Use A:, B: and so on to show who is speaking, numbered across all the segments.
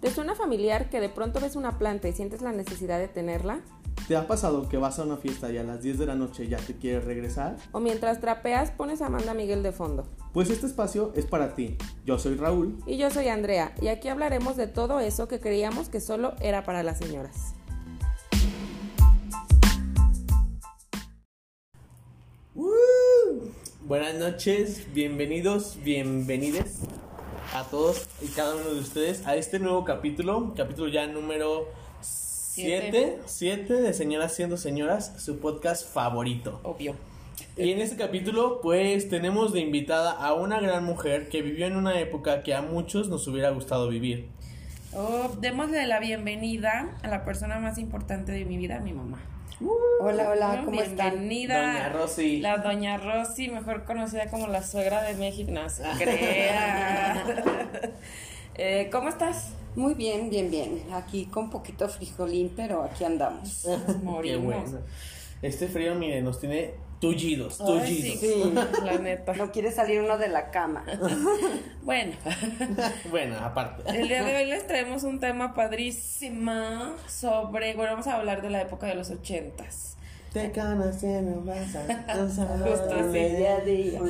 A: ¿Te suena familiar que de pronto ves una planta y sientes la necesidad de tenerla?
B: ¿Te ha pasado que vas a una fiesta y a las 10 de la noche ya te quieres regresar?
A: ¿O mientras trapeas pones a Amanda Miguel de fondo?
B: Pues este espacio es para ti. Yo soy Raúl.
A: Y yo soy Andrea, y aquí hablaremos de todo eso que creíamos que solo era para las señoras.
C: Buenas noches, bienvenidos, bienvenides a todos y cada uno de ustedes a este nuevo capítulo, capítulo ya número 7, 7 de Señoras siendo Señoras, su podcast favorito.
A: Obvio.
C: Y en este capítulo pues tenemos de invitada a una gran mujer que vivió en una época que a muchos nos hubiera gustado vivir.
D: Oh, démosle la bienvenida a la persona más importante de mi vida, mi mamá.
E: Hola, hola, ¿cómo están?
D: bienvenida.
C: Doña Rosy.
D: La doña Rosy, mejor conocida como la suegra de México. No se
C: Ah.
D: crea. Eh, ¿Cómo estás?
E: Muy bien, bien, bien. Aquí con poquito frijolín, pero aquí andamos.
C: Ah,
D: Ah,
C: Qué
D: Morimos.
C: bueno. Este frío, mire, nos tiene tullidos,
D: Ay,
C: tullidos.
D: sí, la neta.
E: No quiere salir uno de la cama.
D: Bueno,
C: Bueno, aparte.
D: el día de hoy les traemos un tema padrísimo sobre, bueno, vamos a hablar de la época de los ochentas.
C: Te conocí en un bazar, un salón
D: Justo así.
C: de
E: Día de día.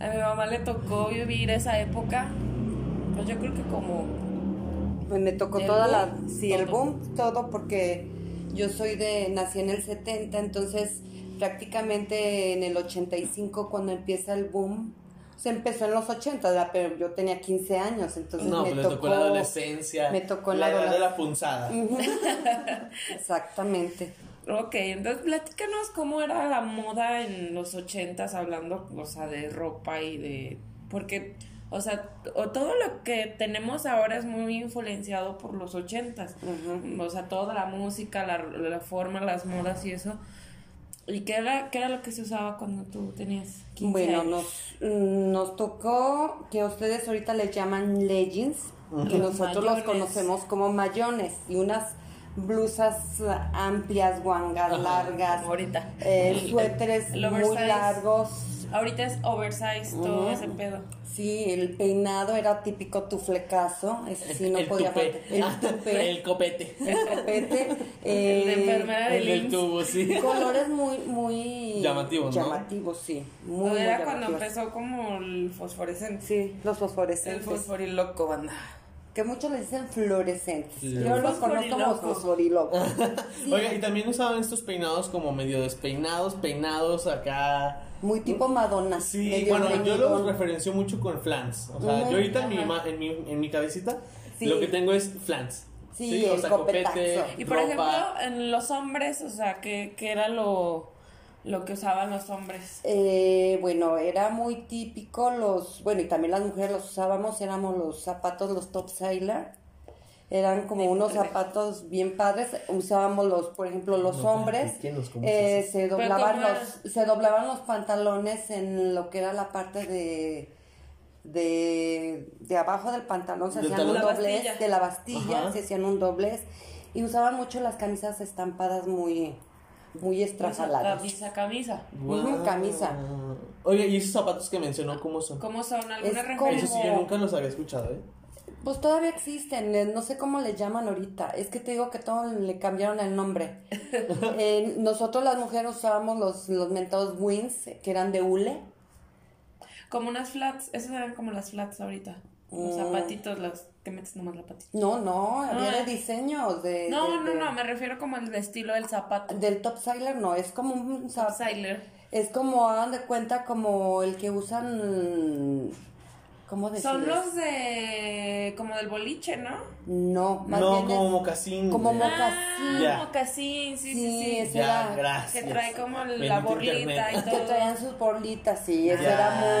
D: A mi mamá le tocó vivir esa época, pues yo creo que como
E: Pues me tocó
D: ¿El
E: toda la...
D: boom?
E: Sí, el
D: Todo.
E: boom, todo, porque yo soy de... Nací en el 70, entonces prácticamente en el 85 cuando empieza el boom. Se empezó en los 80, ¿verdad? pero yo tenía 15 años, entonces
C: No,
E: me
C: pues le tocó la adolescencia.
E: me tocó
C: la
E: la
C: edad de
E: adolesc-
C: la punzada.
E: Exactamente.
D: Ok, entonces platícanos cómo era la moda en los ochentas, hablando, o sea, de ropa y de... Porque, o sea, o todo lo que tenemos ahora es muy influenciado por los ochentas. O sea, toda la música, la, la forma, las modas y eso. ¿Y qué era, qué era lo que se usaba cuando tú tenías 15
E: Bueno,
D: años?
E: nos, mm, nos tocó que ustedes ahorita les llaman leggings, que
D: Los
E: nosotros
D: mayones.
E: los conocemos como mayones, y unas blusas ah, amplias, guangas largas,
D: ahorita.
E: eh, suéteres
D: el
E: muy
D: oversize.
E: largos.
D: Ahorita es oversized todo ese pedo.
E: Sí, el peinado era típico tuflecazo, ese sí no
C: el
E: podía
C: tupé.
E: faltar. El tupé,
C: El copete.
E: el copete,
D: El de
E: eh,
D: enfermera del
C: El del
D: IMSS.
C: tubo, sí.
E: colores muy, muy
C: Llamativos, ¿no?
E: llamativos, sí, muy, muy
D: era cuando
E: llamativos.
D: empezó como el fosforescente.
E: Sí, los
D: El
E: fosforescentes.
D: fosforiloco, banda.
E: Que muchos le dicen fluorescentes.
C: Sí.
E: Yo los conozco como
D: Fosforilocos.
E: fosforilocos.
C: Oiga, y también usaban estos peinados como medio despeinados, peinados acá.
E: Muy tipo Madonna.
C: Sí,
E: medio
C: bueno, yo los
E: remigón.
C: referencio mucho con flans. O sea,
E: Ujú,
C: yo ahorita en mi,
D: ajá.
C: ma- en, mi, en mi cabecita
E: Sí.
C: lo que tengo es flans.
E: Sí, el copetazo.
D: Y por
C: ropa.
D: ejemplo, en los hombres, o sea, ¿qué, qué era lo, lo que usaban los hombres?
E: Eh, bueno, era muy típico los, bueno, y también las mujeres los usábamos, éramos los zapatos, los top sailor, eran como unos zapatos bien padres, usábamos los, por ejemplo, los
C: No,
E: hombres,
C: platiquenos cómo
E: eh,
C: se
E: se
D: Pero
E: doblaban
D: ¿cómo
E: los, se doblaban los pantalones en lo que era la parte de de, de abajo del pantalón, se
C: Del
E: hacían un
C: talón.
D: La
E: doblez,
D: bastilla.
E: de la bastilla,
C: Ajá.
E: se hacían un doblez, y usaban mucho las camisas estampadas muy, muy estrafalarias.
D: Camisa, camisa.
E: Ujú, camisa.
C: Oye, y esos zapatos que mencionó, ¿cómo son?
D: ¿Cómo son? ¿Alguna
E: Es
D: referencia?
C: Eso sí, yo nunca los había escuchado, ¿eh?
E: Pues todavía existen, eh, no sé cómo le llaman ahorita. Es que te digo que todo le cambiaron el nombre. Eh, nosotros las mujeres usábamos los, los mentados wings, que eran de hule.
D: Como unas flats, esas eran como las flats ahorita. Los
E: Mm.
D: zapatitos, los que metes nomás la patita.
E: No, no, había
D: Ah.
E: de diseños. De,
D: No,
E: de-
D: no,
E: de-
D: no, me refiero como al estilo del zapato.
E: Del top sailor no, es como un zap-
D: Sailor.
E: Es como, hagan de cuenta, como el que usan. ¿Cómo decirlo?
D: Son los de. como del boliche, ¿no?
E: No, más
C: no,
E: bien es
C: como mocasín.
E: como
C: ya.
E: mocasín.
D: Ah,
C: Ya.
D: mocasín, sí, sí,
E: Sí,
D: sí.
E: es-
C: Ya,
E: era-
C: gracias.
D: Que trae como la
C: Bendito
D: borlita y
C: internet.
E: Que
D: todo.
E: traían sus bolitas, sí, eso
C: Ya,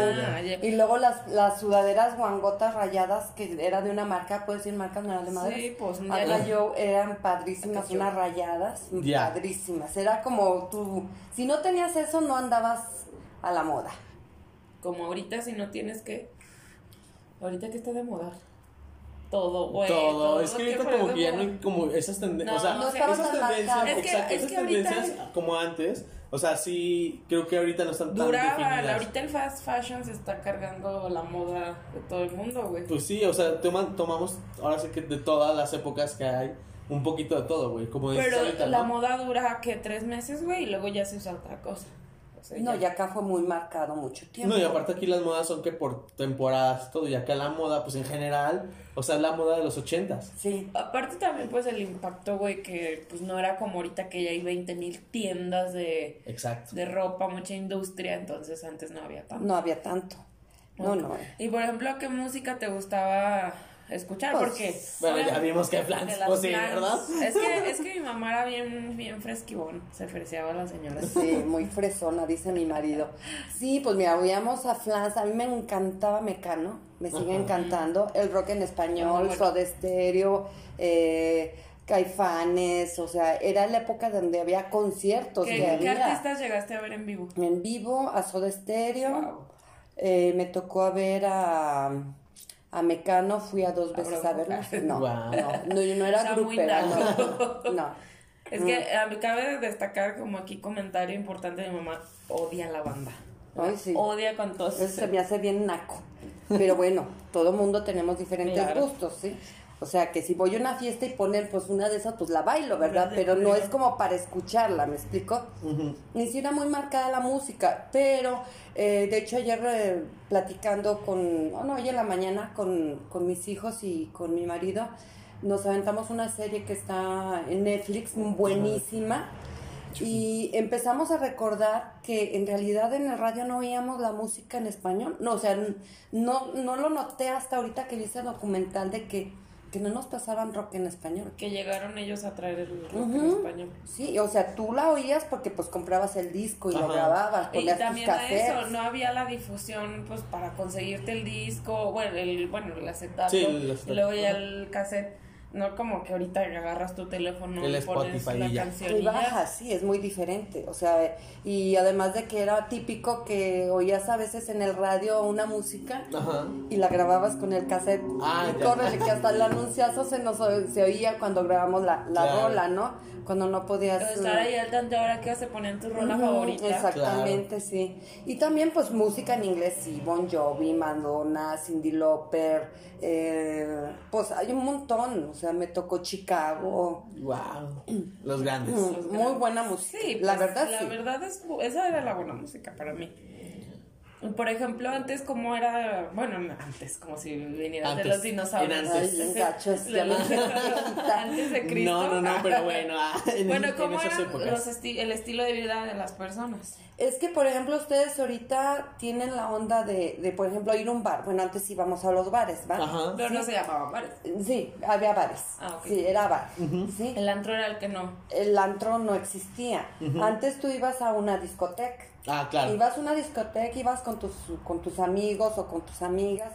E: era muy...
D: ya.
E: Y luego las, las sudaderas guangotas rayadas, que era de una marca, puedes decir marcas, no eran de Ah, madre.
D: Sí, pues, ya
E: Acá
D: no.
E: yo eran padrísimas,
D: Acá yo.
E: unas rayadas,
C: Ya.
E: padrísimas. Era como tú, si no tenías eso, no andabas a la moda.
D: Como ahorita si no tienes que... Ahorita que está de moda. Todo, güey.
C: Todo, es que ahorita
D: fue
C: como
D: de
C: que ya no
D: moda.
C: hay como esas tendencias,
D: No,
C: o sea,
D: no
C: esas
E: estaba tan marcado.
C: tendencias,
D: Es que-
C: exacto,
D: es
C: esas
D: que ahorita-
C: tendencias como antes, O sea, sí, creo que ahorita no están tan
D: Duraba,
C: definidas.
D: ahorita el fast fashion se está cargando la moda de todo el mundo, güey.
C: Pues sí, o sea, toman- tomamos ahora sí que de todas las épocas que hay, un poquito de todo, güey. Como dices pues, ahorita,
D: Pero la
C: ¿no?
D: moda dura que tres meses, güey, y luego ya se usa otra cosa. O sea,
E: No, ya acá fue muy marcado mucho tiempo.
C: No, y aparte aquí las modas son que por temporadas, todo, y acá la moda, pues en general, o sea, es la moda de los ochentas.
E: Sí.
D: Aparte también pues el impacto, güey, que pues no era como ahorita que ya hay 20 mil tiendas de,
C: Exacto.
D: de ropa, mucha industria, entonces antes no había tanto.
E: No había tanto. No, no.
D: Y por ejemplo, ¿qué música te gustaba escuchar?
E: Pues,
D: Porque...
C: bueno, ya vimos que Flans,
D: de las
C: pues sí,
D: Flans.
C: ¿verdad?
D: Es que, es que mi mamá era bien, bien fresquibón, se freseaba a la señora.
E: Sí, muy fresona, dice mi marido. Sí, pues mira, oíamos a Flans, a mí me encantaba Mecano, me sigue encantando, el rock en
D: Muy
E: español,
D: bueno.
E: Soda Stereo, eh, Caifanes, o sea, era la época donde había conciertos,
C: Pues,
D: ¿Qué,
E: que
D: qué
E: había
D: artistas llegaste a ver en vivo?
E: en vivo, a Soda Stereo,
D: Wow.
E: eh, me tocó a ver a, a Mecano, fui a dos veces a
D: Bravo.
E: verlos, no,
C: Wow.
E: no, no, yo no era
D: Está muy
E: grupera,
D: naco.
E: no, no.
D: Es que
C: Mm.
D: a mí cabe destacar como aquí comentario importante de mi mamá, odia la banda.
E: Ay, sí.
D: Odia con todos. sus
E: Eso se me hace bien naco. Pero bueno, todo mundo tenemos diferentes
D: Claro.
E: gustos, ¿sí? O sea, que si voy a una fiesta y ponen pues una de esas, pues la bailo, ¿verdad?
D: Una de
E: Pero no
D: esas.
E: es como para escucharla, ¿me explico? Ni si era muy marcada la música, pero eh, de hecho ayer eh, platicando con, oh, no, hoy en la mañana con, con mis hijos y con mi marido, nos aventamos una serie que está en Netflix, buenísima, y empezamos a recordar que en realidad en el radio no oíamos la música en español. No, o sea, n- no, no lo noté hasta ahorita que vi ese documental de que, que no nos pasaban rock en español.
D: Que llegaron ellos a traer el rock en
E: Ujú.
D: español.
E: Sí, o sea, tú la oías porque pues comprabas el disco y lo
C: Ajá.
E: grababas,
D: Y
E: ponías tus
D: también a eso,
E: cassettes.
D: no había la difusión pues para conseguirte el disco, bueno, el, bueno, el acetato,
C: Sí, el acetato.
D: y luego ya el cassette. No como que ahorita agarras tu teléfono
C: El
D: y pones
C: Spotify
D: la
C: y ya.
D: canción
E: Y
D: y ya.
E: bajas, sí, es muy diferente. O sea, y además de que era típico que oías a veces en el radio una música
C: Ajá.
E: y la grababas con el cassette.
C: Ah,
E: y
C: ya.
E: córrele, que hasta el anunciazo se nos o- se oía cuando grabamos la, la
C: Claro.
E: rola, ¿no? Cuando no podías.
D: Entonces,
E: eh,
D: estar ahí al tanto ahora que se ponían tu rola
E: ujú,
D: favorita.
E: Exactamente, sí. Y también, pues, música en inglés, sí, Bon Jovi, Madonna, Cindy Lauper, eh, pues hay un montón, o sea, me tocó Chicago,
C: Wow. Los grandes.
E: muy buena música,
D: Sí,
E: la
D: pues,
E: verdad,
D: La
E: sí.
D: verdad es, esa era la buena música para mí. Por ejemplo, antes como era, bueno, no, antes como si vinieran de
C: Antes,
D: los dinosaurios.
C: en
E: Ay,
C: antes.
E: bien gachos,
D: De
E: ya me-
D: los- antes de Cristo.
C: No, no, no, pero bueno. ah, en-
D: bueno,
C: en
D: ¿cómo
C: esas
D: era
C: épocas.
D: el estilo de vida de las personas?
E: Es que, por ejemplo, ustedes ahorita tienen la onda de, de, por ejemplo, ir a un bar. Bueno, antes íbamos a los bares, ¿va?
C: Ajá.
D: Pero no se llamaban bares.
E: Sí, había bares.
D: Ah, ok.
E: Sí, era bar. Sí.
D: El antro era el que no.
E: El antro no existía. Antes tú ibas a una discoteca.
C: Ah, claro.
E: Ibas a una discoteca, ibas con tus, con tus amigos o con tus amigas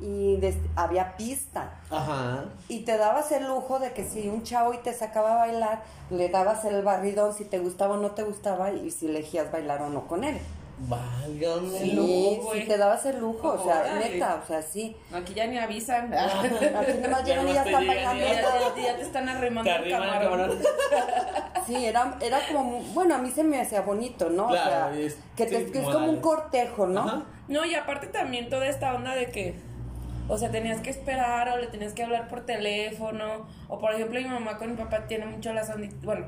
E: y, y des- había pista.
C: Ajá.
E: Y te dabas el lujo de que si un chavo y te sacaba a bailar, le dabas el barridón si te gustaba o no te gustaba y si elegías bailar o no con él.
C: Válgame.
D: El
E: Sí,
D: lujo,
E: sí,
D: güey.
E: te dabas el lujo, o sea,
D: Órale.
E: neta, o sea, sí.
D: Aquí ya ni avisan.
E: Aquí nomás
C: Ya
E: llegan y
C: nomás
E: ya
C: te llegan
E: están
D: Ya,
E: bailando.
D: ya- ya te están arremando
C: Te
D: el
C: arriman el
D: camarón.
C: camarón.
E: Sí, era, era como, mu- bueno, a mí se me hacía bonito, ¿no?
C: Claro,
E: o sea,
C: y es-
E: que, te-
C: sí,
E: que es
C: como
E: como un
C: dale.
E: cortejo, ¿no?
C: Ajá.
D: No, y aparte también toda esta onda de que, o sea, tenías que esperar o le tenías que hablar por teléfono. O por ejemplo, mi mamá con mi papá tiene mucho las onditas, bueno,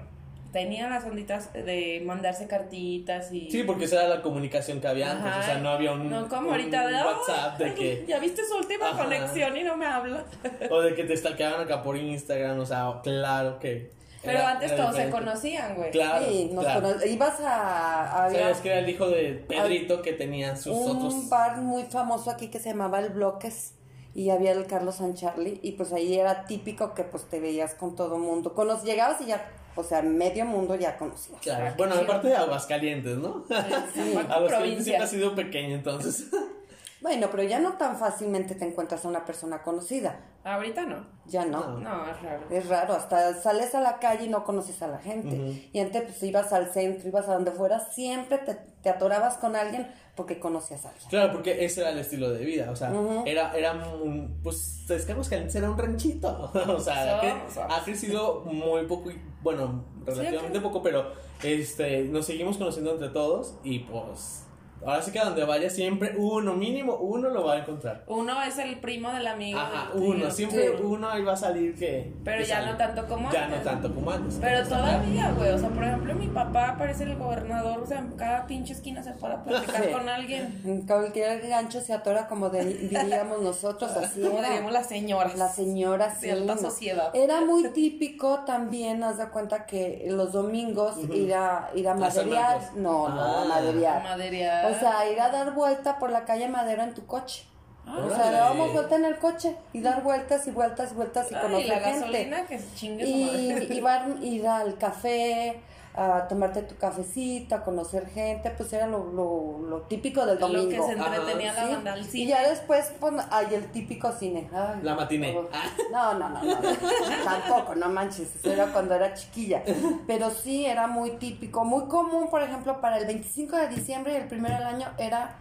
D: tenía las onditas de mandarse cartitas y...
C: Sí, porque esa era la comunicación que había antes.
D: Ajá.
C: O sea, no había un,
D: No, como
C: un
D: ahorita de, "Ay,
C: WhatsApp de que.
D: Ya viste su última
C: Ajá.
D: conexión y no me habla.
C: O de que te stalkeaban acá por Instagram, o sea, claro que.
D: Pero
C: era-
D: antes
C: era
D: todos se
C: diferente.
D: conocían, güey.
C: Claro.
E: Sí, nos
C: claro.
E: cono- ibas a, a
C: Sabías que era el hijo de Pedrito que tenía sus
E: un
C: otros.
E: bar muy famoso aquí que se llamaba El Bloques y había el Carlos San Charlie y pues ahí era típico que pues te veías con todo mundo. Cuando llegabas y ya, o sea, medio mundo ya conocías.
C: Claro.
D: Ah, qué
C: Bueno,
D: chido.
C: aparte de Aguascalientes, ¿no?
D: Sí,
C: Aguascalientes
D: provincia.
C: siempre ha sido pequeño, entonces.
E: Bueno, pero ya no tan fácilmente te encuentras a una persona conocida.
D: Ahorita no.
E: Ya no.
D: No, es raro.
E: Es raro, hasta sales a la calle y no conoces a la gente. Y antes pues ibas al centro, ibas a donde fuera, siempre te, te atorabas con alguien porque conocías a alguien.
C: Claro, porque ese era el estilo de vida, o sea, era, era, un- pues, es que Aguascalientes era un ranchito, o sea,
D: Somos,
C: que
D: somos.
C: ha crecido muy poco, y- bueno, relativamente
D: ok.
C: poco, pero, este, nos seguimos conociendo entre todos y, pues, ahora sí que a donde vaya siempre uno, mínimo uno lo va a encontrar.
D: Uno es el primo del amigo.
C: Ajá,
D: del tío.
C: uno, siempre
E: Sí.
C: uno ahí va a salir que...
D: Pero
C: que
D: ya
C: sale.
D: no tanto como
C: Ya
D: antes.
C: no tanto como antes.
D: Pero todavía, güey, o sea, por ejemplo, mi papá aparece el gobernador, o sea, en cada pinche esquina se para a platicar
E: Sí.
D: con alguien.
E: En cualquier gancho se atora como de- diríamos nosotros, así
D: Como
E: era.
D: diríamos las señoras.
E: La señora
D: De alta
E: sí, no.
D: sociedad.
E: Era muy típico también, haz de cuenta que los domingos ir a ir a
C: A San
E: maderear.
C: Marcos.
E: No, no, a
C: Ah.
E: maderear.
D: Maderear.
E: O sea, ir a dar vuelta por la calle Madero en tu coche. o sea,
C: Órale.
E: dábamos vuelta en el coche y dar vueltas y vueltas y vueltas y
D: Ay,
E: conocer
D: la
E: gente.
D: gasolina que se chingue su madre.
E: Y, y van- ir al café, a tomarte tu cafecito, a conocer gente, pues era lo, lo, lo típico del
D: Lo que
E: domingo.
D: se entretenía
E: Sí.
D: la banda al cine.
E: Y ya después, pues, hay el típico cine. Ay,
C: La matiné. Ah.
E: por favor. No, no, no, no, no. tampoco, no manches, eso era cuando era chiquilla. Pero sí, era muy típico, muy común, por ejemplo, para el 25 de diciembre y el primero del año era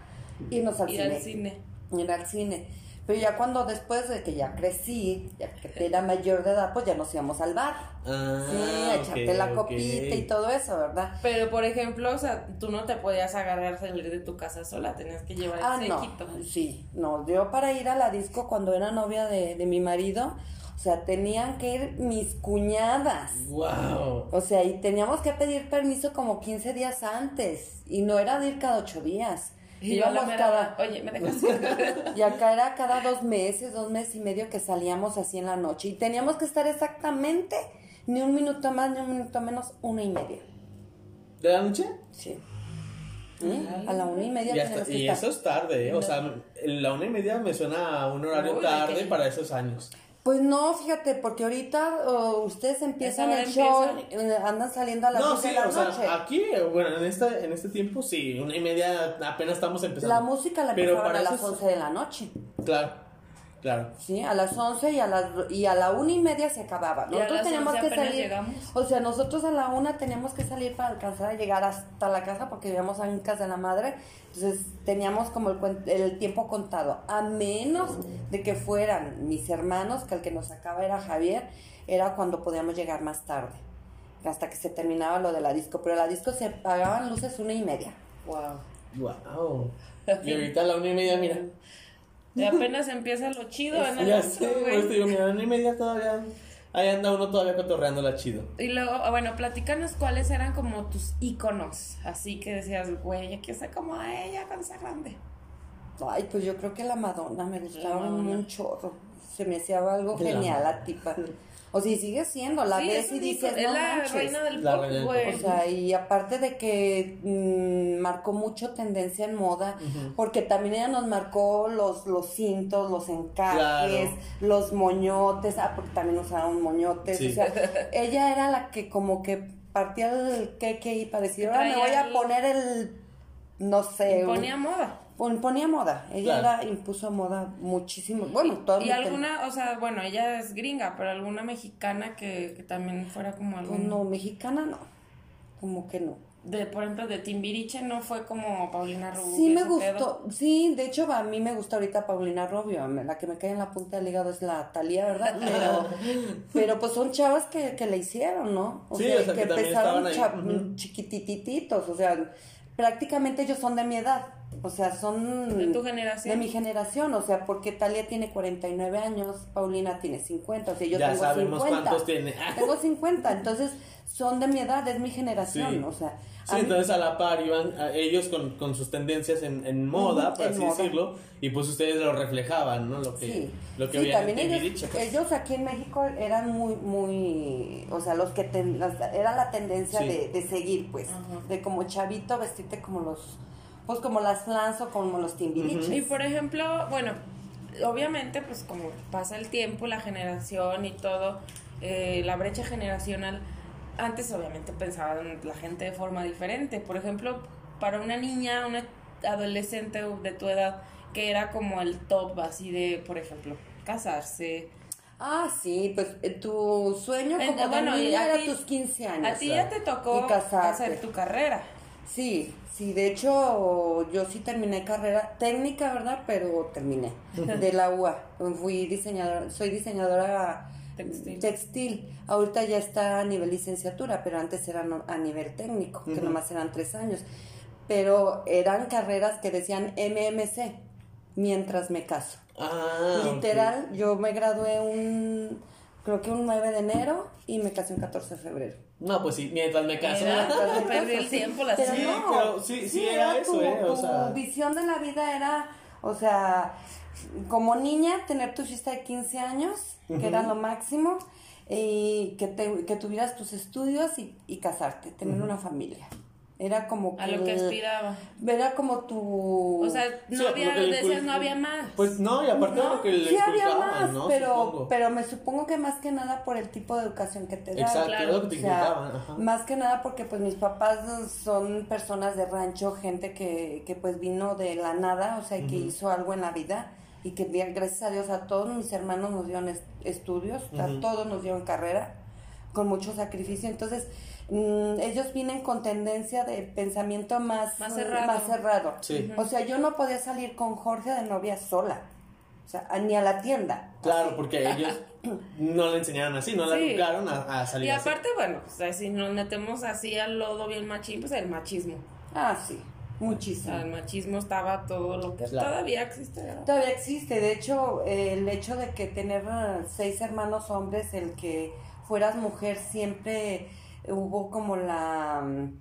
E: irnos al
D: Ir
E: cine.
D: al cine.
E: Ir al cine. Pero ya cuando después de que ya crecí, ya que era mayor de edad, pues ya nos íbamos al bar.
C: Ah,
E: Sí, a echarte
C: ok,
E: la
C: ok.
E: copita y todo eso, ¿verdad?
D: Pero, por ejemplo, o sea, tú no te podías agarrar salir de tu casa sola, tenías que llevar
E: Ah,
D: el
E: no.
D: séquito.
E: Sí, no. Yo para ir a la disco cuando era novia de, de mi marido, o sea, tenían que ir mis cuñadas.
C: Wow.
E: O sea, y teníamos que pedir permiso como 15 días antes. Y no era de ir cada ocho días.
D: Y yo a la
E: Íbamos
D: mera
E: cada...
D: hora, Oye, ¿me dejas? Pero
E: Y acá era cada dos meses, dos meses y medio que salíamos así en la noche. Y teníamos que estar exactamente ni un minuto más, ni un minuto menos, una y media.
C: ¿De la noche?
E: Sí. ¿Mm? A la una y media
C: Ya
E: teníamos
C: está-
E: que
C: y
E: estar.
C: eso es tarde, ¿eh? o sea, la una y media me suena a un horario
D: Uy,
C: tarde
D: pequeño.
C: para esos años.
E: Pues no, fíjate, porque ahorita oh, ustedes empiezan
D: Esa hora
E: el show,
D: empieza.
E: eh, andan saliendo a las
C: No,
E: doce
C: sí,
E: de la
C: o sea, ah,
E: noche.
C: aquí, bueno, en este, en este tiempo sí, una y media apenas estamos empezando.
E: la música la
C: Pero
E: empezaban
C: para
E: a las
C: esos-
E: 11 de la noche,
C: Claro, claro.
E: ¿sí? A las 11 y a, las, y a la una y media se acababa.
D: Y a
E: Nosotros
D: las
E: teníamos
D: 11
E: que
D: apenas
E: salir,
D: llegamos.
E: o sea, nosotros a la una teníamos que salir para alcanzar a llegar hasta la casa porque vivíamos en casa de la madre, entonces teníamos como el, cuen- el tiempo contado, a menos de que fueran mis hermanos, que el que nos sacaba era Javier, era cuando podíamos llegar más tarde. hasta que se terminaba lo de la disco, pero la disco se pagaban luces una y media.
C: Wow. Y ahorita a la una y media, mira.
D: apenas empieza lo chido. ¿no?
C: Ya sé,
D: Güey.
C: pues, te digo, mira, a la una y media todavía. Ahí anda uno todavía cotorreando la chido.
D: Y luego, ah, bueno, platícanos cuáles eran como tus íconos. Así que decías, güey, yo quiero ser como a ella cuando sea grande.
E: Ay, pues yo creo que la Madonna me gustaba
D: La Madonna.
E: un chorro. Se me hacía algo
C: De la
E: genial la tipa. O sea, y sigue siendo, la
D: Sí,
E: ves
D: es
E: y
D: un
E: dices,
D: ícono, es
E: no
D: la
E: manches.
D: reina del
C: La
D: pop,
C: reina del
D: güey.
E: O sea, y aparte de que mm, marcó mucho tendencia en moda, porque también ella nos marcó los, los cintos, los encajes,
C: Claro.
E: los moñotes, ah, porque también usaban moñotes,
C: Sí.
E: o sea, ella era la que como que partía el queque y para decir,
D: Que
E: ahora me voy
D: traía
E: a
D: el-
E: poner el, no sé, un-
D: Ponía moda.
E: Pon- ponía moda. Ella
C: Claro.
E: era- impuso moda muchísimo. Bueno, todo
D: Y alguna, o sea, bueno, ella es gringa, pero alguna mexicana que, que también fuera como algún...
E: Pues no, mexicana no. Como que no.
D: De, por ejemplo, de Timbiriche no fue como Paulina Rubio.
E: Sí me
D: ese pedo.
E: gustó. Sí, de hecho a mí me gusta ahorita Paulina Rubio. me- La que me cae en la punta del hígado es la Talía, ¿verdad? Pero, pero pues son chavas que, que le hicieron, ¿no?
C: Sí, o sea, que también
E: empezaron
C: estaban ahí,
E: cha-
C: ujú.
E: chiquititititos. O sea, prácticamente ellos son de mi edad. O sea, son...
D: ¿De tu generación?
E: De mi generación. O sea, porque Talía tiene 49 años, Paulina tiene 50. O sea, yo
C: ya
E: tengo
C: sabemos
E: 50.
C: cuántos tiene.
E: Tengo 50, entonces son de mi edad, es mi generación,
C: Sí.
E: o sea.
C: Sí,
E: a mí-
C: entonces a la par iban a ellos con, con sus tendencias en, en moda,
E: Ujú,
C: por
E: en
C: así
E: moda.
C: decirlo, y pues ustedes lo reflejaban, ¿no? Lo que,
E: sí,
C: Eh, lo que
E: sí,
C: habían
E: también
C: en
E: ellos,
C: Timbiriche, pues.
E: ellos aquí en México eran muy, muy, o sea, los que ten- las- era la tendencia
C: Sí.
E: de, de seguir, pues, de como chavito vestirte como los, pues como las flans o como los timbiriches.
D: Y por ejemplo, bueno, obviamente, pues como pasa el tiempo, la generación y todo, eh, la brecha generacional, antes obviamente pensaban la gente de forma diferente. Por ejemplo, para una niña, una adolescente de tu edad, que era como el top así de, por ejemplo, casarse.
E: Ah, sí, pues eh, tu sueño
D: Eh,
E: como
D: bueno,
E: bueno,
D: y a
E: era
D: ti-
E: tus 15 años.
D: A ti ya te tocó
E: Y casarte.
D: hacer tu carrera.
E: Sí, sí, de hecho yo sí terminé carrera técnica, ¿verdad? Pero terminé de la UA. Fui diseñadora, soy diseñadora
D: Textil.
E: textil. Ahorita ya está a nivel licenciatura, pero antes era no- a nivel técnico, que nomás eran tres años. Pero eran carreras que decían MMC, mientras me caso.
C: Ah, ok.
E: Literal, yo me gradué un, creo que un 9 de enero y me casé un 14 de febrero.
C: No, pues sí, mientras me caso.
D: Era-
E: Pero
D: Perdí el
E: entonces,
D: tiempo, las-
E: pero
C: Sí,
E: no,
C: pero sí, sí era eso,
E: tu,
C: eh, o
E: tu
C: sea.
E: visión de la vida era, o sea, como niña, tener tu fiesta de 15 años, que era lo máximo, y que, te- que tuvieras tus estudios y, y casarte, tener una familia. Era como
D: A lo que aspiraba.
E: Era como tu...
D: O sea, no
C: Sí,
D: había,
C: lo que le
D: decías,
C: incul-
D: no había más.
C: Pues no, y aparte de lo que le
E: sí había
C: inculcaban,
E: más,
C: ¿no?
E: pero,
C: Supongo.
E: pero me supongo que más que nada por el tipo de educación que te dan.
C: Exacto,
D: claro,
C: era lo que te
E: O sea,
C: inculcaban. ajá.
E: más que nada porque pues mis papás son personas de rancho, gente que, que pues vino de la nada, o sea, y que hizo algo en la vida y que bien, gracias a Dios a todos mis hermanos nos dieron est- estudios, a todos nos dieron carrera con mucho sacrificio. Entonces, mm, ellos vienen con tendencia de pensamiento más,
D: Más cerrado.
E: más cerrado.
C: Sí.
E: O sea, yo no podía salir con Jorge de novia sola, o sea, a- ni a la tienda.
C: Claro, porque ellos no le enseñaron así, no la
D: Sí.
C: educaron a, a salir
D: Y
C: así.
D: aparte, bueno, o sea, si nos metemos así al lodo bien machín, pues el machismo.
E: Ah, sí,
D: O
E: muchísimo.
D: sea, el machismo estaba todo lo que
C: Claro.
D: todavía existe. ¿verdad?
E: Todavía existe, de hecho, eh, el hecho de que tener eh, seis hermanos hombres, el que fueras mujer, siempre hubo como la. mm,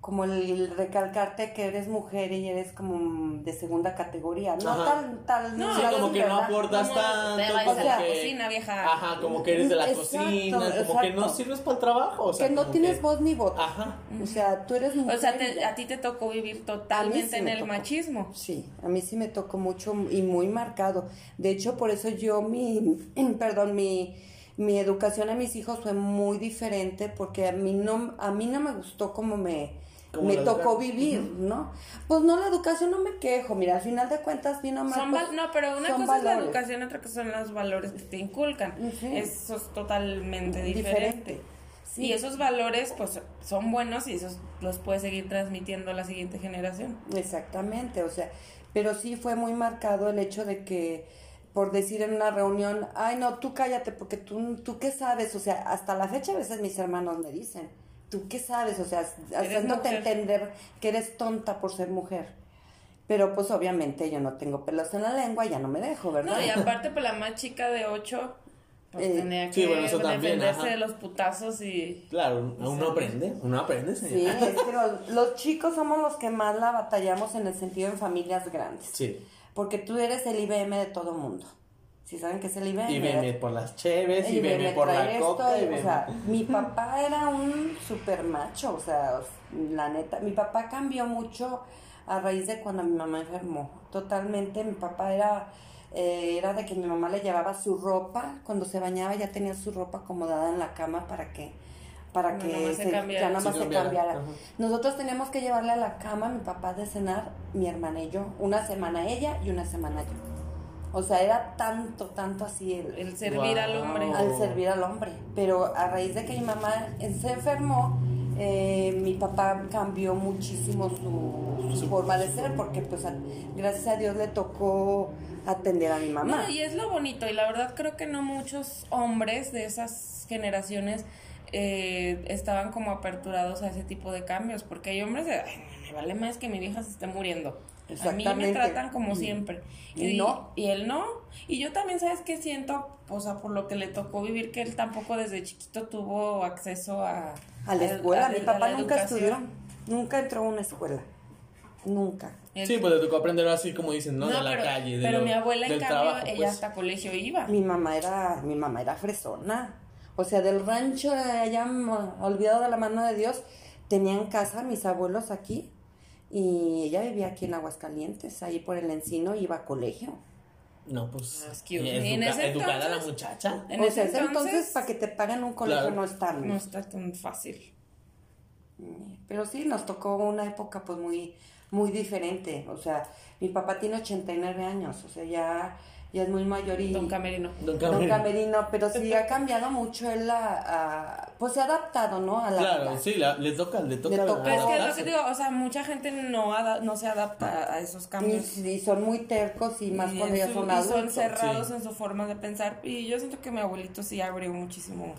E: como el recalcarte que eres mujer y eres como mm, de segunda categoría. No
C: Ajá.
E: tal, tal.
D: No,
C: O sea,
E: tal,
C: como que no
E: ¿verdad?
C: aportas
D: Como
C: tanto,
D: te
C: como
D: vayas
E: a la
C: que-
D: cocina, vieja.
C: Ajá, como que eres de la
E: Exacto,
C: cocina, como que no
E: exacto.
C: sirves para el trabajo, o sea,
E: que no
C: como
E: tienes
C: que- Ah.
E: voz ni voto.
C: Ajá.
E: O sea, tú eres mujer.
D: O sea,
E: y
D: te-
E: ya.
D: a ti te tocó vivir
E: A mí
D: totalmente
E: sí
D: en
E: me
D: el
E: tocó.
D: machismo.
E: Sí, a mí sí me tocó mucho y muy marcado. De hecho, por eso yo mi, perdón, mi, mi educación a mis hijos fue muy diferente porque a mí no, a mí no me gustó como me,
C: Como
E: me
C: la
E: tocó
C: educaron.
E: vivir, ¿no? Pues no, la educación no me quejo, mira, al final de cuentas vino más. pues
D: Son val- no, pero una
E: son
D: cosa es la
E: valores.
D: educación, otra cosa son los valores que te inculcan.
E: Ujú.
D: Eso es totalmente
E: Diferente.
D: diferente. Y esos valores, pues, son buenos y esos los puede seguir transmitiendo a la siguiente generación.
E: Exactamente, o sea, pero sí fue muy marcado el hecho de que, por decir en una reunión, ay, no, tú cállate, porque tú, tú qué sabes, o sea, hasta la fecha a veces mis hermanos me dicen, tú qué sabes, o sea, haciéndote
D: mujer.
E: entender que eres tonta por ser mujer. Pero pues obviamente yo no tengo pelos en la lengua, ya no me dejo, ¿verdad?
D: No, y aparte, pues, la más chica de 8, pues,
E: Eh,
D: tenía que
C: sí, bueno, eso también,
D: defenderse
C: ajá.
D: de los putazos y...
C: Claro, uno aprende, uno aprende,
E: Sí,
C: señor.
E: es que los, los chicos somos los que más la batallamos en el sentido en familias grandes.
C: Sí.
E: Porque tú eres el IBM de todo mundo. Si saben qué es el IBM.
C: Y
E: ¿verdad?
C: veme por las cheves, y
E: Y me
C: veme por
E: trae
C: la
E: esto,
C: coca,
E: y,
C: y
E: o
C: veme-
E: sea, mi papá era un super macho, o sea, os- la neta, mi papá cambió mucho a raíz de cuando mi mamá enfermó. Totalmente, mi papá era eh, era de que mi mamá le llevaba su ropa, cuando se bañaba ya tenía su ropa acomodada en la cama para que para
D: No,
E: que
D: nomás se cambiara.
E: ya nada
C: Se
E: más se,
C: cambiara,
E: cambiara.
C: ajá.
E: Nosotros teníamos que llevarle a la cama a mi papá de cenar, mi hermana y yo, una semana ella y una semana yo. O sea, era tanto, tanto así el,
D: El servir
C: Wow.
D: al hombre.
C: Al-
E: al servir al hombre. Pero a raíz de que mi mamá eh, se enfermó, eh, mi papá cambió muchísimo su, su forma de ser porque pues a- gracias a Dios le tocó atender a mi mamá.
D: No, y es lo bonito, y la verdad creo que no muchos hombres de esas generaciones eh, estaban como aperturados a ese tipo de cambios, porque hay hombres de, "Ay, me vale más que mi vieja se esté muriendo. A mí me
E: Exactamente.
D: tratan como siempre.
E: Y no.
D: Y él no. Y yo también, ¿sabes qué siento? O sea, por lo que le tocó vivir, que él tampoco desde chiquito tuvo acceso a...
E: a la escuela,
D: a-
E: mi
D: a
E: papá
D: la
E: nunca
D: educación.
E: estudió, nunca entró a una escuela, nunca.
D: Él-
C: Sí, pues te tocó aprender así como dicen, ¿no?
D: no,
C: de la
D: pero,
C: calle, de
D: pero
C: lo-
D: mi abuela, en
C: del
D: cambio,
C: trabajo,
D: ella
C: pues.
D: hasta colegio iba.
E: Mi mamá era, mi mamá era fresona. O sea, del rancho de allá mm, olvidado de la mano de Dios, tenían casa mis abuelos aquí y ella vivía aquí en Aguascalientes, ahí por el encino iba a colegio.
C: No, pues.
D: Excuse
C: y
D: me,
C: educa-
D: en ese
C: educada la
D: entonces-
C: muchacha.
D: En
E: o
D: ese
E: sea, entonces,
D: entonces-
E: para que te paguen un colegio
C: Claro.
E: no es tan.
D: No está tan fácil.
E: Pero sí, nos tocó una época pues muy muy diferente. O sea, mi papá tiene 89 años, o sea, ya, ya es muy mayor y...
D: Don Camerino.
C: Don
E: Don
C: Camerino.
E: Camerino, pero sí ha cambiado mucho él a, a- pues se ha adaptado, ¿no? A la
C: Claro,
E: vida.
C: sí, la- le toca, le toca.
E: Le
D: Pero es
E: toca.
D: que es lo
C: adaptarse.
D: que digo, o sea, mucha gente no, ada- no se adapta a esos cambios.
E: Y, y son muy tercos y más
D: Y
E: cuando
D: en
E: ya
D: su-
E: son
D: y son
E: adultos.
D: cerrados
C: Sí.
D: en su forma de pensar. Y yo siento que mi abuelito sí abrió muchísimo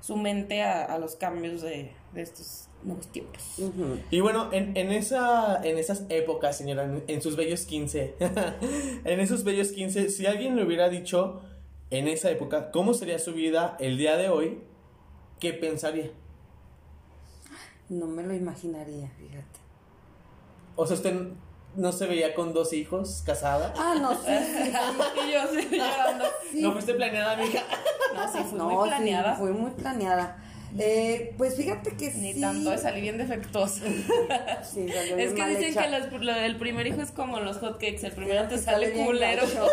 D: su mente a, a los cambios de, de estos nuevos tiempos.
E: Ujú.
C: Y bueno, en, en, esa, en esas épocas, señora, en, en sus bellos 15, en esos bellos 15, si alguien le hubiera dicho en esa época cómo sería su vida el día de hoy, ¿qué pensaría?
E: No me lo imaginaría, fíjate.
C: O sea, usted no se veía con dos hijos, casada.
E: Ah, no, sí, sí.
D: y yo sí, llorando.
C: No fuiste planeada, mija.
D: No, pues, sí, fui
E: No,
D: muy
E: sí,
D: planeada.
E: fue muy planeada. Eh, pues fíjate que
D: Ni
E: sí.
D: tanto, eh, salí bien defectuosa.
E: Sí,
D: Es
E: salió bien
D: que
E: mal
D: dicen
E: hecha.
D: que los- lo- el primer hijo es como los hotcakes, el primero te
E: Te
D: sale
E: bien
D: culero.
E: gacho.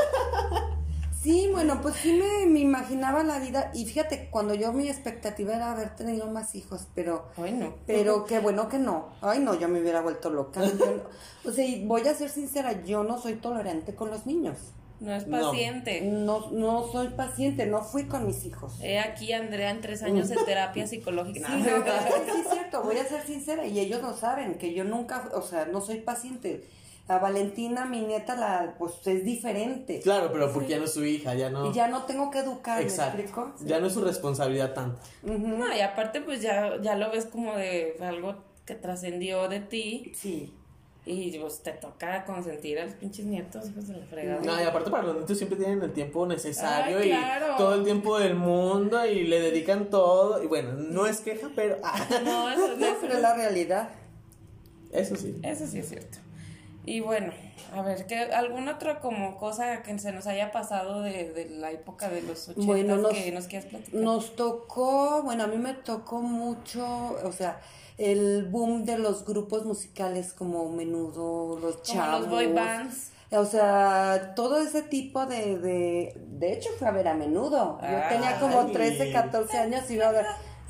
E: Sí, bueno, pues sí me, me imaginaba la vida. Y fíjate, cuando yo mi expectativa era haber tenido más hijos, pero
D: Ay, no.
E: Pero qué bueno que no. Ay, no, yo me hubiera vuelto loca. Yo no- o sea, y voy a ser sincera, yo no soy tolerante con los niños.
D: No es
C: No.
D: paciente.
E: No, no soy paciente, no fui con mis hijos.
D: He aquí Andrea en tres años de terapia
E: Sí,
D: psicológica.
E: no, pero es que sí es cierto, voy a ser sincera y ellos lo saben, que yo nunca, o sea, no soy paciente. A Valentina, mi nieta, la, pues es diferente.
C: Claro, pero porque ya no es su hija, ya no.
E: Y ya no tengo que educar,
C: Exacto.
E: ¿me explico?
C: Ya no es su responsabilidad tanta.
D: No, y aparte pues ya, ya lo ves como de algo que trascendió de ti
E: Sí.
D: y pues te toca consentir a los pinches nietos, hijos de la fregada.
C: No, y aparte para los nietos siempre tienen el tiempo necesario
D: Ah, claro.
C: y todo el tiempo del mundo y le dedican todo. Y bueno, no es queja, pero ah,
D: No, eso,
E: No, pero es la realidad.
C: eso sí.
D: eso sí es cierto. Y bueno, a ver, ¿qué, ¿algún otro como cosa que se nos haya pasado de, de la época de los ochentas
E: Bueno, nos-
D: que nos quieras platicar?
E: Nos tocó, bueno, a mí me tocó mucho, o sea, el boom de los grupos musicales como Menudo, los
D: Como
E: chavos.
D: los boy bands.
E: O sea, todo ese tipo de, de... De hecho, fue a ver a Menudo. Yo tenía como
C: Ay.
E: 13, 14 años y iba a ver...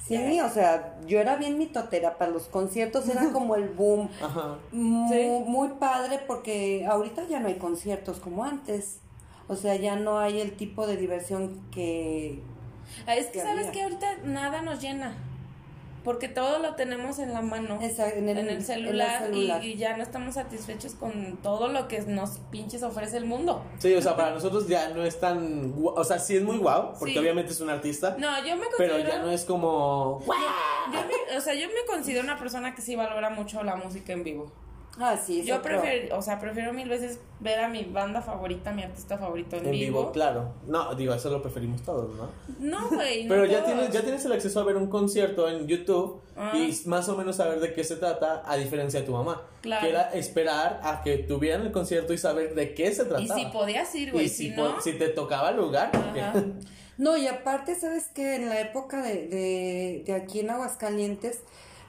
E: Sí, o sea, yo era bien mitotera para los conciertos, era como el boom.
C: Ajá.
E: Muy,
D: Sí.
E: muy padre porque ahorita ya no hay conciertos como antes. O sea, ya no hay el tipo de diversión que
D: Ah, Es que
E: que
D: sabes
E: había.
D: que ahorita nada nos llena. Porque todo lo tenemos en la mano.
E: Esa- en el-
D: en
E: en
D: el
E: el
D: celular, y-
E: celular.
D: Y, ya no estamos satisfechos con todo lo que nos pinches ofrece el mundo.
C: Sí, o sea, para nosotros ya no es tan. gu- O sea, sí es muy guau, porque
D: Sí.
C: obviamente es un artista.
D: No, yo me
C: pero
D: considero.
C: ya no es como.
D: yo me- o sea, yo me considero una persona que sí valora mucho la música en vivo.
E: Ah, sí, es
D: Yo
E: otro.
D: prefiero, o sea, prefiero mil veces ver a mi banda favorita, a mi artista favorito en,
C: En vivo, claro. No, digo, eso lo preferimos todos, ¿no?
D: No, güey. no
C: Pero ya
D: todos.
C: tienes, ya tienes el acceso a ver un concierto en YouTube
D: Ah.
C: y más o menos saber de qué se trata, a diferencia de tu mamá.
D: Claro.
C: Que era esperar a que tuvieran el concierto y saber de qué se
D: Y
C: trataba.
D: si podías ir, güey.
C: Y
D: Si,
C: si,
D: no.
C: po- si te tocaba el lugar. porque-
D: Ajá. Ah.
E: No, y aparte, ¿sabes que En la época de, de, de aquí en Aguascalientes,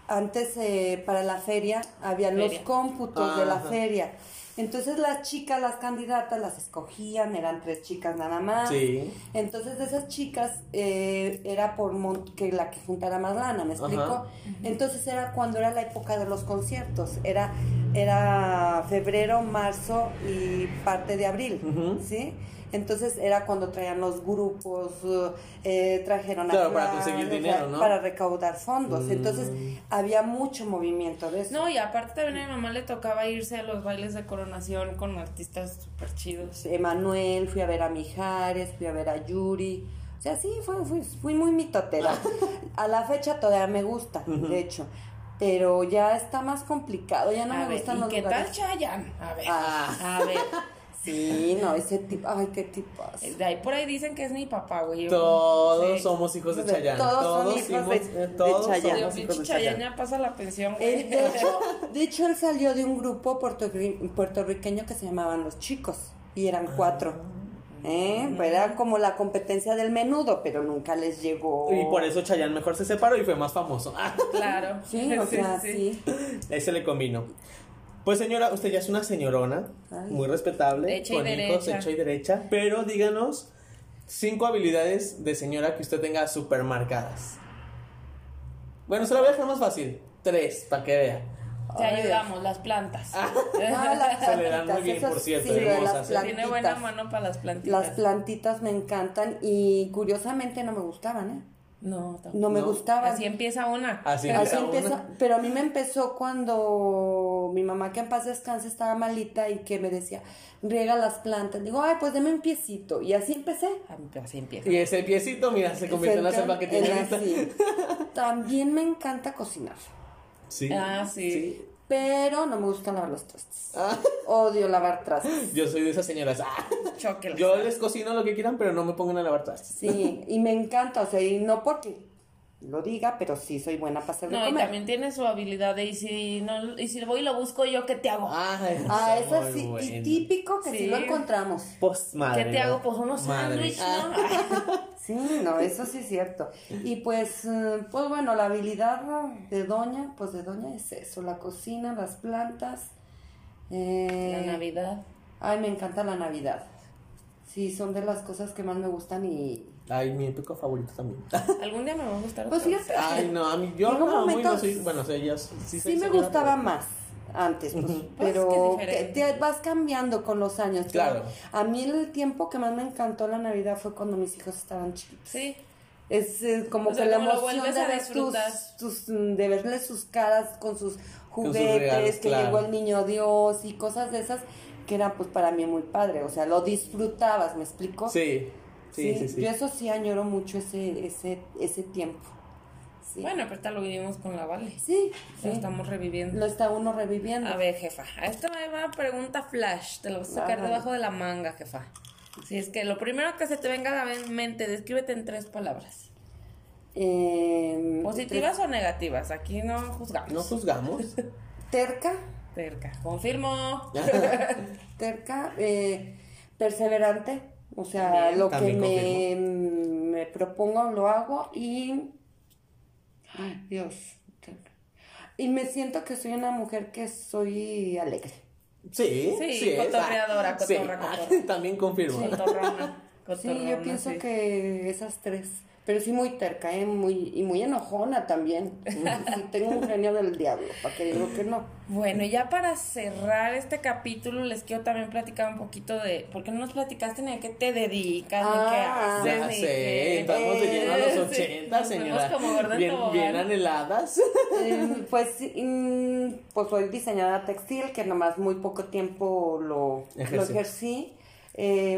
E: antes eh, para la feria había los
D: Feria.
E: cómputos de la
C: Ajá.
E: feria. Entonces las chicas, las candidatas, las escogían, eran tres chicas nada más.
C: Sí.
E: Entonces de esas chicas eh, era por mon- que la que juntara más lana, ¿me explico?
C: Ajá.
E: Entonces era cuando era la época de los conciertos, era, era febrero, marzo y parte de abril, ¿sí? Entonces era cuando traían los grupos, uh, eh, trajeron
C: Claro, para
E: Clan,
C: conseguir
E: o sea,
C: dinero, ¿no? Mm.
E: Para recaudar fondos. Entonces había mucho movimiento de eso.
D: No, y aparte también a mi mamá le tocaba irse a los bailes de coronación con artistas súper chidos.
E: Emanuel, fui a ver a Mijares, fui a ver a Yuri. O sea, sí, fui, fui, fui muy mitotera. a la fecha todavía me gusta, de hecho. Pero ya está más complicado, ya no
D: a
E: me
D: ver,
E: gustan
D: ¿y
E: los
D: qué tal
E: lugares.
D: Chayanne? A ver,
E: Ah.
D: a ver.
E: Sí, no, ese tipo, ay, qué tipo.
D: De ahí por ahí dicen que es mi papá, güey.
C: Todos
D: Sí.
C: somos hijos de
E: De-
C: Chayanne.
E: todos son hijos
C: somos-
E: de-
C: eh, todos
E: de Chayanne.
D: Digo,
C: somos hijos
D: pinche
C: de
D: Chayanne
C: Chayanne.
D: ya pasa la pensión, güey.
E: Él, de, hecho, de hecho, él salió de un grupo puertorri- puertorriqueño que se llamaban Los Chicos y eran cuatro.
D: Ah.
E: ¿Eh? Pues Era como la competencia del menudo, pero nunca les llegó.
C: Y por eso Chayanne mejor se separó y fue más famoso.
D: Claro.
E: Sí, o sea, sí.
C: Ese le combinó. Pues señora, usted ya es una señorona,
E: Ay.
C: muy respetable,
D: Derecha y
C: con hijos,
D: derecha.
C: hecha y derecha, pero díganos cinco habilidades de señora que usted tenga super marcadas. Bueno, se la voy a dejar más fácil, tres, para que vea.
D: Te ayudamos, las plantas.
E: Ah, las
C: Se le dan muy
E: plantitas,
C: bien,
E: eso
C: por cierto,
E: sí, lo de
C: hermosas,
E: las
C: ¿eh?
D: Tiene buena
E: plantitas.
D: mano para las plantitas.
E: Las plantitas me encantan y curiosamente no me gustaban, ¿eh?
D: No, tampoco.
E: No me
C: No,
E: gustaban.
D: Así empieza una.
C: Así
E: Así
C: empieza una.
E: empieza, pero a mí me empezó cuando mi mamá, que en paz descanse, estaba malita y que me decía, riega las plantas. Digo, ay, pues deme un piecito. Y así empecé.
D: Ah, Así empieza.
C: Y ese piecito, mira, se convirtió en la
E: Cerca-
C: cepa que tiene
E: en
C: ahorita.
E: así. También me encanta cocinar,
C: Sí.
D: Ah, sí.
E: pero no me gusta lavar los trastes.
C: Ah.
E: Odio lavar trastes.
C: Yo soy de esas señoras. Ah,
D: Choque.
C: yo les cocino lo que quieran, pero no me pongan a lavar trastes.
E: Sí, y me encanta, o sea, y no porque lo diga, pero sí soy buena para hacer de
D: No, y
E: comer.
D: también tiene su habilidad de, y si, no, y si voy y lo busco yo, ¿qué te hago?
C: Ay,
E: Ah,
C: eso
E: eso sí, y típico que sí.
D: Sí.
E: lo encontramos.
C: Pues
D: ¿Qué
C: madre.
D: te hago? Pues unos
C: Madre.
D: sándwiches,
C: Ah,
D: ¿no?
E: Sí, no, eso sí es cierto. Y pues, eh, pues bueno, la habilidad de Doña, pues de Doña es eso, la cocina, las plantas. eh,
D: La Navidad.
E: Ay, me encanta la Navidad. Sí, son de las cosas que más me gustan y...
C: Ay, mi épico favorito también.
D: Algún día me va a gustar
E: Pues
D: otra vez.
E: fíjate,
C: Ay, no, a mí yo
E: Llegó un
C: no, muy
E: momento-
C: no soy. Bueno, o sea, ellas sí, soy
E: sí me
C: señora,
E: gustaba
C: pero-
E: más antes, pues,
D: Pues
E: pero
D: que es diferente.
E: que te vas cambiando con los años. pero
C: Claro.
E: A mí el tiempo que más me encantó la Navidad fue cuando mis hijos estaban chiquitos.
D: Sí.
E: Es eh, como
D: O sea,
E: que la
D: como lo
E: emoción
D: vuelves
E: de
D: a
E: ver
D: disfrutar.
E: tus- tus, mm, de verle sus caras con sus
C: sus
E: juguetes,
C: regalos,
E: que
C: claro.
E: llegó el niño Dios y cosas de esas que eran pues para mí muy padre, o sea, lo disfrutabas, ¿me explico?
C: Sí, sí, sí. sí,
E: Yo eso sí añoro mucho ese ese ese tiempo. Sí.
D: Bueno, pero ahorita lo vivimos con la Vale.
E: sí, sí.
D: Lo estamos reviviendo.
E: Lo está uno reviviendo.
D: A ver, jefa, a esta me va pregunta flash. Te la vas a sacar
E: Ajá.
D: debajo de la manga, jefa. Si es que lo primero que se te venga a la mente, descríbete en tres palabras.
E: Eh,
D: ¿Positivas o negativas? Aquí no juzgamos.
C: No juzgamos.
E: Terca,
D: Cerca. Confirmo.
E: terca, eh, perseverante, o sea,
D: Bien,
E: lo que
C: también
E: me, me propongo lo hago y... Ay, Dios. terca. Y me siento que soy una mujer que soy alegre.
C: Sí,
D: Sí,
C: es.
D: cotorreadora,
C: Ah, sí.
D: cotorra,
C: Ah,
D: cotorra.
C: También confirmo.
D: Cotorrona.
E: Sí,
D: Cotorrona,
E: yo pienso
D: sí.
E: que esas tres. Pero sí muy terca, ¿eh? muy, y muy enojona también. Sí, tengo un genio del diablo, para que digo que no.
D: Bueno, y ya para cerrar este capítulo, les quiero también platicar un poquito de. ¿Por qué no nos platicaste ni a qué te dedicas, ni qué
E: Ah,
D: haces,
C: Ya
D: ni
C: sé,
D: qué-
C: estamos de lleno a
D: Sí,
C: los 80,
D: nos fuimos
C: señora.
D: como gorda en
C: bien,
D: tobogán.
C: bien anheladas.
E: Eh, pues, sí, mm, pues soy diseñadora textil, que nomás muy poco tiempo lo lo ejercí.
C: Ejerció.
E: Eh,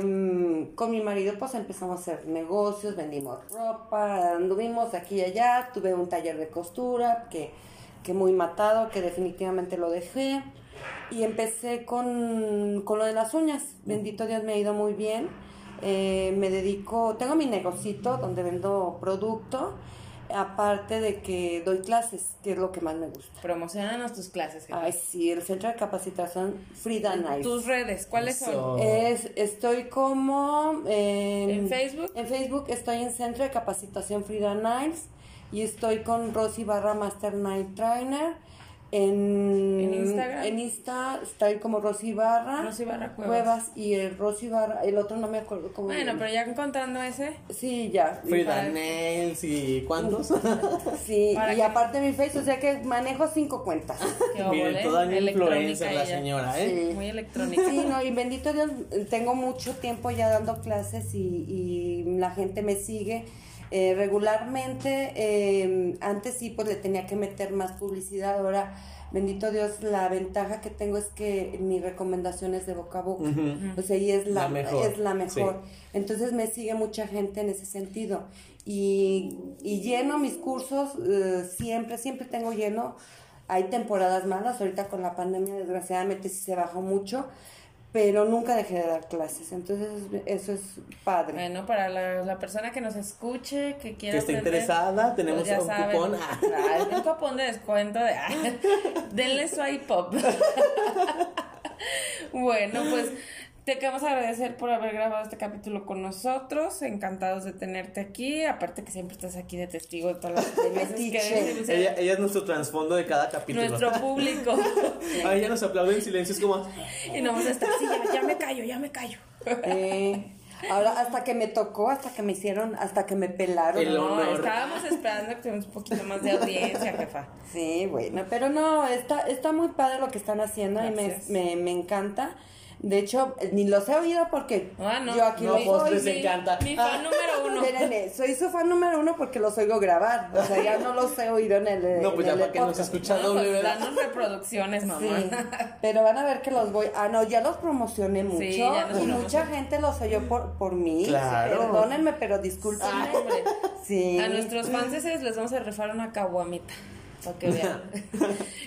E: con mi marido pues empezamos a hacer negocios, vendimos ropa, anduvimos aquí y allá, tuve un taller de costura que, que muy matado, que definitivamente lo dejé. Y empecé con, con lo de las uñas, bendito Dios me ha ido muy bien. Eh, me dedico, tengo mi negocito donde vendo producto, aparte de que doy clases, que es lo que más me gusta.
D: Promocionanos tus clases, jefa.
E: Ay, sí, el centro de capacitación Frida Nice.
D: Tus redes, ¿cuáles
C: Eso.
D: son?
E: Es, estoy como en,
D: ¿En Facebook?
E: En Facebook estoy en Centro de Capacitación Frida Niles y estoy con Rosy Barra Master Night Trainer. En,
D: ¿En Instagram?
E: En Insta estoy como Rosy Barra.
D: Rosy Barra Cuevas.
E: y el Rosy Barra, el otro no me acuerdo cómo.
D: Bueno, pero ya encontrando ese,
E: Sí, ya.
C: Frida Nails y ¿cuántos?
E: Sí,
D: ¿Para
E: y
D: qué?
E: aparte mi Facebook, o sea que manejo cinco cuentas.
D: qué obole,
C: Bien, toda una
D: electrónica
C: influencer la
D: ella.
C: señora, ¿eh?
E: Sí.
D: Muy electrónica.
E: Sí, no, y bendito Dios, tengo mucho tiempo ya dando clases y, y la gente me sigue. Eh, regularmente, eh, antes sí, pues le tenía que meter más publicidad. Ahora, bendito Dios, la ventaja que tengo es que mi recomendación es de boca a boca. O sea, y es la,
C: La mejor,
E: Es la mejor. Entonces me sigue mucha gente en ese sentido. Y, y lleno mis cursos, eh, siempre, siempre tengo lleno. Hay temporadas malas, ahorita con la pandemia desgraciadamente sí se bajó mucho, pero nunca dejé de dar clases, entonces eso es padre.
D: Bueno, para la, la persona que nos escuche, que quiera.
C: Que esté
D: aprender,
C: interesada, tenemos
D: Pues ya
C: un
D: saben.
C: cupón.
D: Ah, un cupón de descuento de. ah, denle su iPop. bueno, pues. Te queremos agradecer por haber grabado este capítulo con nosotros. Encantados de tenerte aquí. Aparte que siempre estás aquí de testigo de todas las veces que
E: metiche.
D: decimos,
C: Ella, ella es nuestro trasfondo de cada capítulo.
D: nuestro público.
C: A ella nos aplaude en silencio, es como.
D: Y no vamos a estar así, ya, ya me callo, ya me callo.
E: Eh, Ahora, hasta que me tocó, hasta que me hicieron, hasta que me pelaron.
C: El
D: No,
C: honor.
D: estábamos esperando que tuvimos un poquito más de audiencia, jefa.
E: Sí, bueno, pero no, está, está muy padre lo que están haciendo
D: Gracias.
E: y me, me, me encanta. De hecho, ni los he oído porque
D: Ah, no.
E: yo aquí
D: no,
E: los
D: soy
E: oigo.
C: les
D: mi-
C: encanta. Ah.
D: Mi fan número uno.
E: Espérenme, soy su fan número uno porque los oigo grabar. O sea, ya no los he oído en el.
C: No, pues ya
E: en el
C: para que nos
E: podcast.
C: escucha
D: No,
C: doble,
D: pues,
C: ¿verdad?
D: danos reproducciones, mamá.
E: Sí, pero van a ver que los voy. Ah, no, ya los promocioné mucho.
D: ya los
E: y mucha
D: promocioné.
E: gente los oyó por, por mí.
C: Claro.
E: Perdónenme, pero discúlpenme.
D: Ay, hombre.
E: Sí.
D: Ah, A nuestros fans esos les vamos a rifar una caguamita. Para que vean.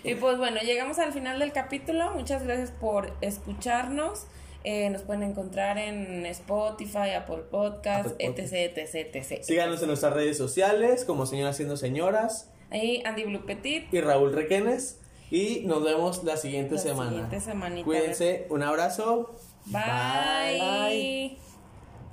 D: y pues bueno, llegamos al final del capítulo. Muchas gracias por escucharnos. Eh, nos pueden encontrar en Spotify, Apple Podcasts,
C: Apple Podcast.
D: etc, etc, etc.
C: Síganos en nuestras redes sociales como Señoras Siendo Señoras
D: Ahí Andy Blue Petit.
C: y Raúl Requenes. Y nos vemos la siguiente
D: La
C: semana.
D: siguiente semanita.
C: Cuídense, un abrazo.
D: Bye.
E: Bye.